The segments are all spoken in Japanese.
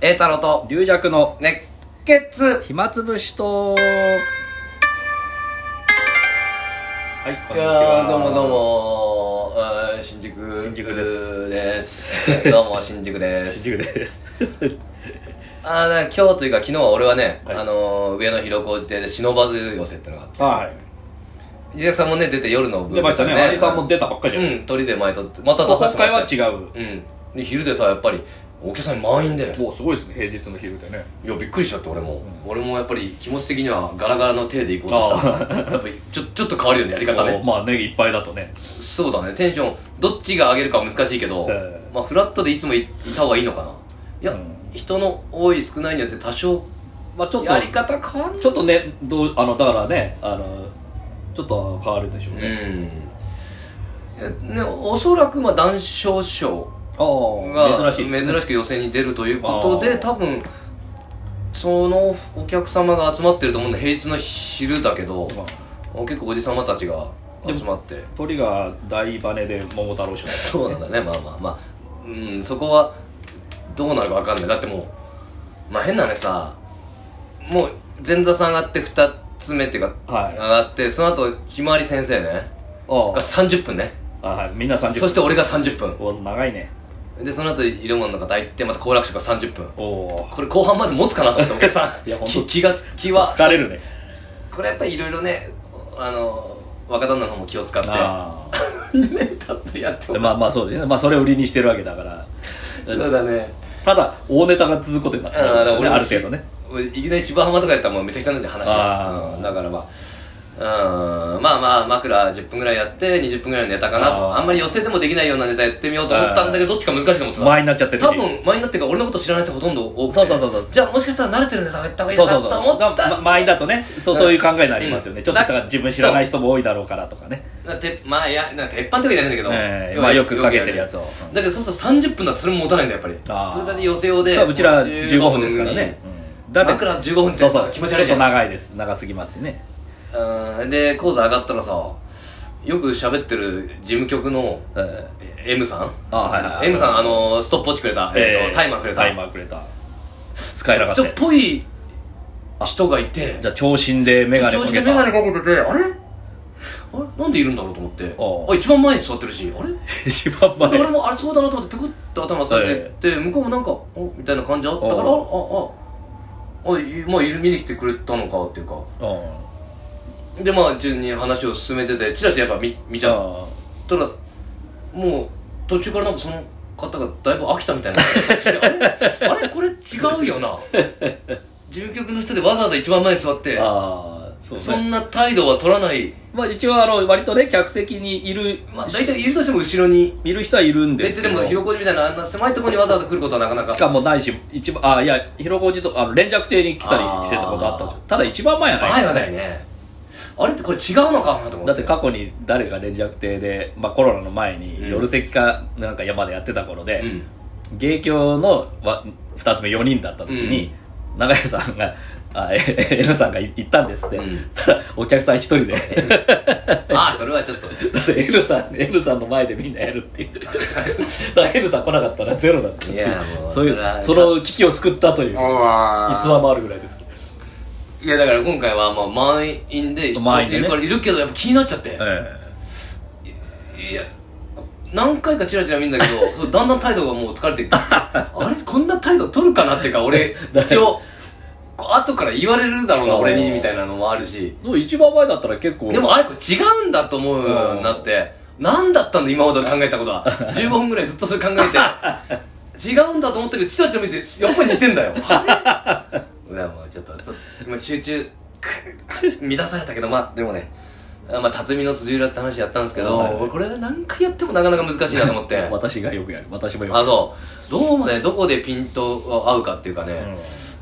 栄太郎と龍弱の熱血暇つぶしとはいこいんにちやはーどうもどうもあー新宿新宿ですです どうも新宿です新宿ですあーだから今日というか昨日は俺はね、はいあのー上野広小路亭で忍ばず寄せってのがあってはい龍役さんもね出て夜の部出ましたねアリさんも出たばっかりじゃないうですん鳥で前撮ってまたか出さ今せても回らはって違うううんで昼でさやっぱりお客さん満員でもうすごいですね平日の昼でねいやびっくりしちゃって俺も、俺もやっぱり気持ち的にはガラガラの手で行こうとしたやっぱりちょちょっと変わるよねやり方ねこうまあネギいっぱいだとねそうだねテンションどっちが上げるかは難しいけど、えまあ、フラットでいつもいいた方がいいのかないや、うん人の多い少ないによって多少まあちょっやりと方変わんちょっとねどうあのだからねあのちょっと変わるでしょううね、んいやねおそらくまあ談笑賞あがあ珍しい珍しく予選に出るということあでー多分そのお客様が集まってると思うんで平日の昼だけどまあ結構おじ様たちが集まって鳥が大バネで桃太郎賞そうなんだねまあまあまあうんそこはどうなるかわかんないだってもうまあ変なねさもう前座さん上がって2つ目っていうか、はい上がってその後ひまわり先生ねあが30分ねああはいみんな30分そして俺が30分お長いねでその後色物の方行ってまた好楽師匠が30分おおこれ後半まで持つかなと思ってお客さん いやほんと気気が気は疲れるねこれやっぱりいろいろねあの若旦那の方も気を使って ああたっぷりやってでまあまあそうですねまあそれを売りにしてるわけだからそうだねただ大ネタが続くことになってうんだから俺もある程度ね俺いきなり芝浜とかやったらもうめちゃくちゃなんで話はあーうんだからまあうんまあまあ枕10分ぐらいやって20分ぐらいのネタかなとああーんまり寄せでもできないようなネタやってみようと思ったんだけどどっちか難しいと思ってた前になっちゃってるし多分前になってから俺のこと知らない人ほとんど多くてそうそうそうそうじゃあもしかしたら慣れてるネタをやった方がいいそのうそかとうそ思うったがま前だとねそううんそういう考えになりますよね、うんちょっとだから自分知らない人も多いだろうからとかね、だってまあいやな鉄板ってわけじゃないんだけど、ええ要はまあ、よくかけてるやつを、うんだけどそうすると30分だとそれも持たないんだやっぱりあーそれだけ寄せ用でそううちら15分ですからね、うんだって枕15分ってそやうつはそう気持ち悪いちじゃょっんと長いです長すぎますよねうんで講座上がったらさよく喋ってる事務局のえええ M さんあはいはいはい M さんあのストップウォッチくれた、えっとタイマーくれたタイマーくれた使えなかっちたょっやつぽい人がいてじゃあ長身で眼鏡調か子でけ眼鏡たかけててあれあれなんでいるんだろうと思っておうあ一番前に座ってるしあれ 一番前で俺もあれそうだなと思ってペコッと頭下げて、向こうもなんか「おみたいな感じあったからああああいまあいる見に来てくれたのかっていうかうんでまあ順に話を進めててちらちらやっぱ見見ちゃうあたらもう途中からなんかその方がだいぶ飽きたみたいな形であれ あれこれ違うよな事務局の人でわざわざ一番前に座ってあーそうそねんな態度は取らない、まあ一応あの割とね客席にいるまあ、大体いるとしても後ろにいる人はいるんで別すでけども広小路みたいなあんな狭いところにわざわざ来ることはなかなかしかもないし一番あいや広小路とあの連着亭に来たりしてたことあったんですよただ一番前はない前はないねあれってこれ違うのかなと思ってだって過去に誰が連着亭で、まあ、コロナの前うんに夜席かなんか山でやってた頃で、うん芸協のわ2つ目4人だった時に、長屋さんがあえええのさんが行ったんですって、うんそしたらお客さん一人でああそれはちょっとだってエルさん、エルさんの前でみんなやるっていう。だから エルさん来なかったらゼロだったっていいうやもうそういそれはう、その危機を救ったという逸あ話もあるぐらいですけど。いやだから今回はまあ満員で満員でねいるからいるけどやっぱ気になっちゃって、えいやこ何回かチラチラ見るんだけどそうだんだん態度がもう疲れてきてあれこんな態度取るかなっていうか俺一応こう後から言われるだろうなあー俺にみたいなのもあるしえ。一番前だったら結構。でもあれこれ違うんだと思うようになって何だったんだ今まで考えたことは15分ぐらいずっとそれ考えて違うんだと思ったけどチラチラ見てやっぱり似てんだよあれいやもうちょっとそう今集中く乱されたけどまあでもねあまあ辰巳の辻裏って話やったんですけど、はいはいこれ何回やってもなかなか難しいなと思っ て私がよくやる。私もよくやある。そうどうもねどこでピント合うかっていうかね、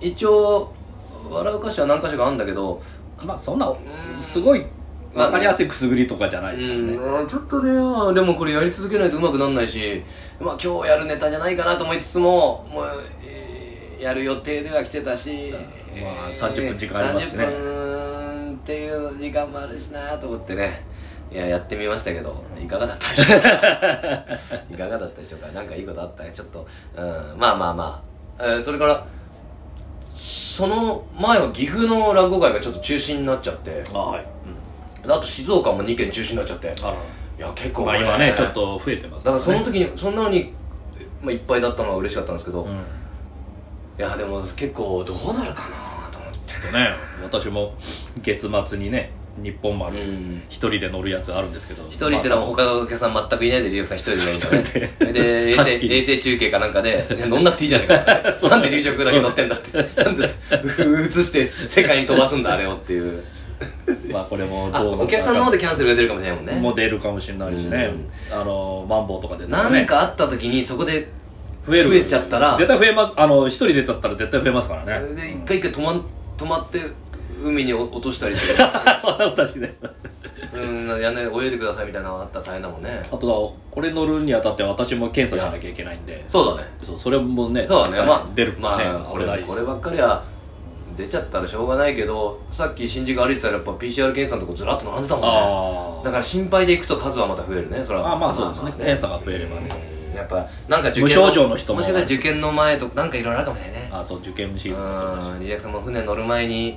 一応笑う箇所は何箇所かあるんだけどうんまあそんな、すごい、わかりやすいくすぐりとかじゃないですからね。うんちょっとねでもこれやり続けないとうまくなんないし、まあ、今日やるネタじゃないかなと思いつつももう、えーやる予定では来てたし、うんまあえー30分時間ありますしね30分っていう時間もあるしなと思ってねいややってみましたけどいかがだったで しょうかいかがだったでしょうかなんかいいことあったちょっと、うん、まあまあまあえーそれからその前は岐阜の落語会がちょっと中止になっちゃってあはいあと静岡も2件中止になっちゃってあいや結構らまあ今ねちょっと増えてますだかかららそのね時にそんなのに、まあ、いっぱいだったのは嬉しかったんですけど、ういんやでも結構どうなるかなと思ってとね私も月末にね日本丸うん一人で乗るやつあるんですけど一人ってのは他のお客さん全くいないでリュウさん一人でいるんだよね で衛貸し星切り衛星中継かなんかでいや乗んなくていいじゃないか そうなんで流食だけ乗ってんだってなんで映して世界に飛ばすんだあれをっていうまあこれも あどうお客さんの方でキャンセルが出るかもしれないもんねも出るかもしれないしねあのマンボウとかでなんかあった時にそこで増える増えちゃったら絶対増えますあの一人でだったら絶対増えますからねで一回一回止まん止まって海に落としたりして そんなことはしないそんなやんないで泳いでくださいみたいなのあったら大変だもんねあとはこれ乗るにあたって私も検査しなきゃいけないんでそうだねそうそれもねそうだねまあ出るまねあここれれ大事こればっかりは出ちゃったらしょうがないけどさっき新宿歩いてたらやっぱ PCR 検査のとこずらっと並んでたもんねあだから心配で行くと数はまた増えるねそれはあまあそうですね検査が増えればねうんやっぱなんか受験無症状の人ももしかしたら受験の前とかなんかいろいろあるかもしれないねあそう受験シーズンもそうだしうんリジャクさんも船乗る前に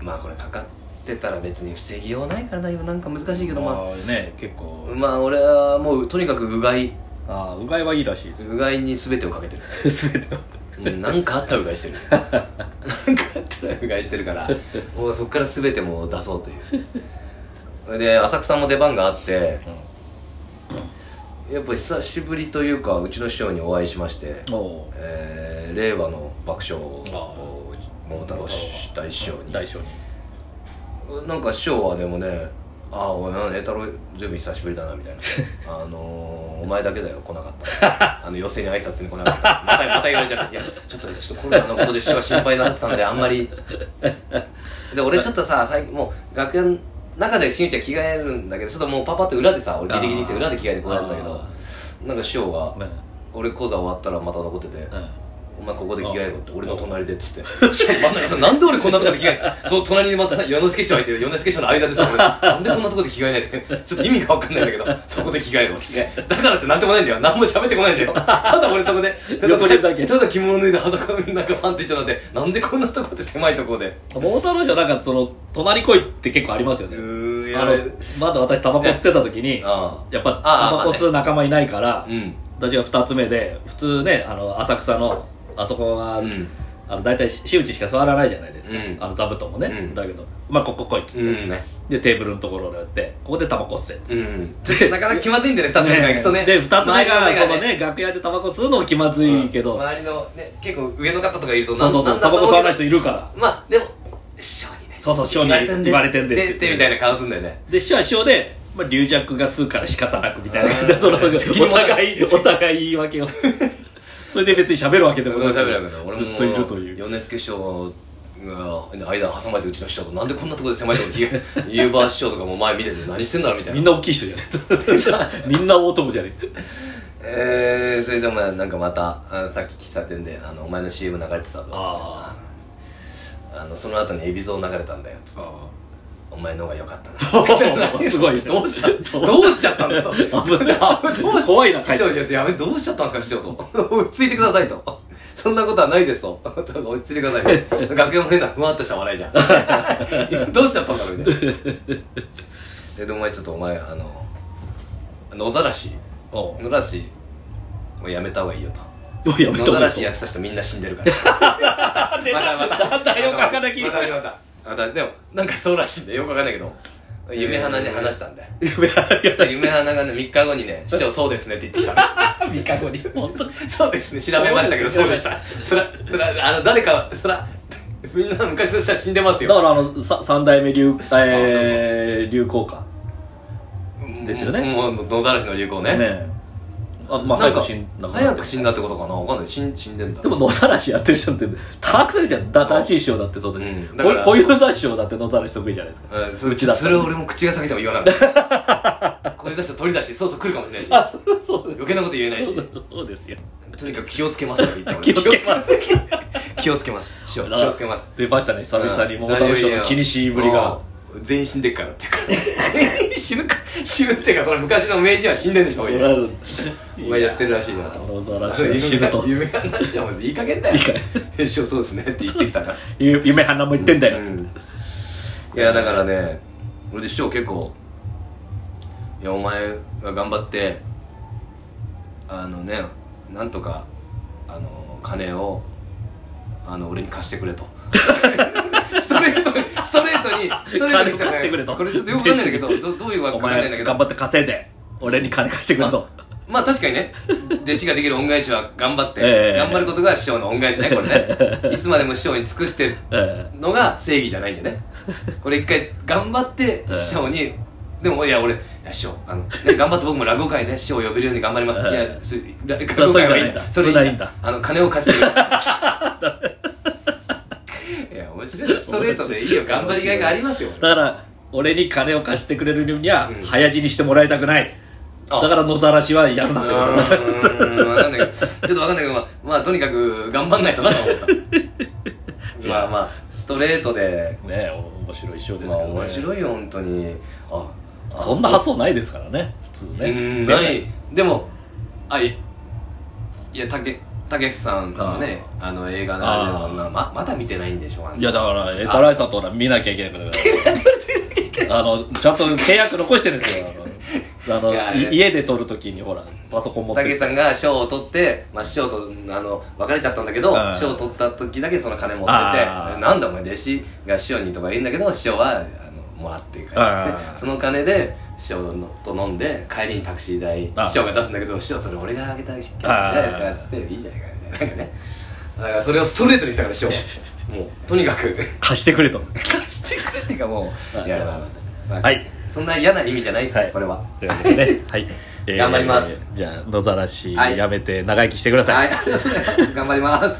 まあこれかかってたら別に防ぎようないからな今なんか難しいけどままあね結構あまあ俺はもうとにかくうがいあーうがいはいいらしいでうがいに全てをかけてる す全てをうんなんかあったらうがいして るなんかあったらうがいしてるからもうそこから全てもう出そうというそれで浅草も出番があってやっぱ久しぶりというかうちの師匠にお会いしまして、おおえー令和の爆笑を桃太郎大師匠に大将になんか師匠はでもね「ああおいなん栄太郎随分久しぶりだな」みたいな「あのー、お前だけだよ来なかった」 あの寄席に挨拶に来なかったまたまた言われちゃって「いやちょっとちょっとコロナのことで師匠は心配になってたんであんまり」で俺ちょっとさ最近もう楽屋の中でしんちゃん着替えるんだけどちょっともうパパって裏でさ俺ギリギリって裏で着替えてこられるんだけどあなんか師匠がね「俺講座終わったらまた残ってて」お前ここで着替えろって俺の隣でっつって 真ん中さんなんで俺こんなとこで着替えその隣にまたさ与之助師匠がいて与之助師匠の間でさ俺なんでこんなとこで着替えないってちょっと意味が分かんないんだけどそこで着替えろっつってだからってなんでもないんだよ何も喋ってこないんだよただ俺そこでただ横でだけただ着物脱いで裸のなんかパンツ一丁なんてなんでこんなとこで狭いとこで桃太郎氏はなんかその隣来いって結構ありますよねーあのまだ私タバコ吸ってた時にあやっぱあターバコ吸う仲間いないからあうん私は2つ目で普通ねあの浅草のあそこは、うんあの大体し私有地しか座らないじゃないですか、うんあの座布団もね、うんだけど「まあここ来い」っつって、うんねでテーブルのところに寄ってここでタバコ吸えっつっうて。んなかなか気まずいんだよね2つ目が行くとねで2つ目が周りそのの目ね楽屋でタバコ吸うのも気まずいけど、周りのね結構上の方とかいるとそうそうそなうんだタとバコ吸わな思いうけど人いるからまあでも師匠にねそうそう師匠に言われてんでってってみたいな顔すんだよねで師匠は師匠で、まあ、龍弱が吸うから仕方なくみたいな感じでそのうんお 互いお互い言い訳を それで別に喋るわけでも俺なもい喋るわけだ俺もずっといるという米助師匠が間挟まれてうちの師匠となんでこんなところで狭いところで ユーバー師匠とかも前見てて何してんだろうみたいみんなな大きい人じゃない みんな大男じゃないえー、それでもなんかまたあさっき喫茶店であの「お前の CM 流れてたぞ」ああのその後に海老蔵流れたんだよ」つってあお前の方が良かったな」 すごいどうしたどうしちゃったんだ と危ない怖いな師書いて匠ちょっとやめどうしちゃったんですか師匠と落ち着いてくださいとそんなことはないですと落ち着いてくださいと楽屋も変なふわっとした笑いじゃん どうしちゃったんだろうみたいなででお前ちょっとお前あの野ざらしおう野ざらしもうやめた方がいいよとおいやめ野とこざうらしやってた人みんな死んでるから 出たまた またまたよくわかんないまたまたまたまたでもなんかそうらしいんでよくわかんないけど夢花に話したんだよ夢花がね3日後にね「師匠そうですね」って言ってきたの三日後に本当に そうですね、調べましたけど、そそううでですしねた。そら、そら、あの、誰か、そら、みんな昔の写真出ますだかよ。らあのさ三代目流えー流行歌ですよねもう、もう野ざらしの流行ね。ねあまあなん早かく死んだ早く死んだってことかなわかんない。死ん死んでんだ。でも、野ざらしやってる人ってたくさんいるじゃんだだし師匠だってそうだしうんだから小遊三師匠だって野ざらし得意じゃないですかうん、そうちだったそれを俺も口が裂けても言わなか った。これ出して取り出して、そうそう来るかもしれないし。余計なこと言えないし。そうですよとにかく気をつけますって言った俺 気をつけます気をつけます。気をつけます。師匠気をつけます。出ましたね久々に桃太郎師匠の気にしいぶりがうん全員死んでっからっていうから死ぬか死ぬっていうかそれ昔の名人は死んでんでしょそらお前やってるらしいなとロザらしい死ぬと 夢夢話はもういい加減だよ 一生そうですねって言ってきたからゆ夢花も言ってんだよ、うんいやだからね俺師匠結構いやお前が頑張ってあのねなんとかあの金をあの俺に貸してくれと ストレートにストレートにストレートに金貸してくれとこれちょっとよくわかんないんだけどど どういうわけおかわかんないんだ前け頑ど張って稼いで俺に金貸してくれとまあ確かにね弟子ができる恩返しは頑張って、ええ頑張ることが師匠の恩返しねこれねいつまでも師匠に尽くしてるえのが正義じゃないんで ねこれ一回頑張ってうん師匠に、でもいや俺いや師匠あの、ね、頑張って僕も落語 界で師匠を呼べるように頑張ります、ういんやすら落そう語界はいいそうじそれゃないんだそれはいいんだあの金を貸して るいや面白いなストレートでいいよ頑張りがいがありますよえだから俺に金を貸してくれるにはうん早死にしてもらいたくない、あだから野ざらしはやるなうってことーん分かんないけどちょっと分かんないけどまあ、まあ、とにかく頑張んないとなと思った まあまあストレートで、 ねえ面白い衣装ですまあ、けどね、面白いよ本当にああそんな発想ないですからね普通ねうんでないでもあいいやたけたけしさんのねあの映画のあれあーまままだ見てないんでしょうがいやだからエタライさんとほら見なきゃいけないか らあのちゃんと契約残してるんですよあのいやあのい家で撮るときにほらパソコン持ってたけしさんが賞を取って、まあ、師匠とあの別れちゃったんだけどうん賞を取った時だけその金持っててあーなんだお前弟子が師匠にとか言うんだけど師匠はあのもらって帰ってあーその金で師匠のと飲んで帰りにタクシー代あー師匠が出すんだけど師匠それ俺があげたいじゃないですかっつっていいじゃないかみたいななんかねだからそれをストレートに来たから師匠は もうとにかく貸して くれと貸してくれっていうかもう あいやじゃあまあまあはいそんな嫌な意味じゃないです、はいこれはということでねはい、えー頑張りますじゃあ野ざらしはいやめて長生きしてください、 はいありがとうございます頑張ります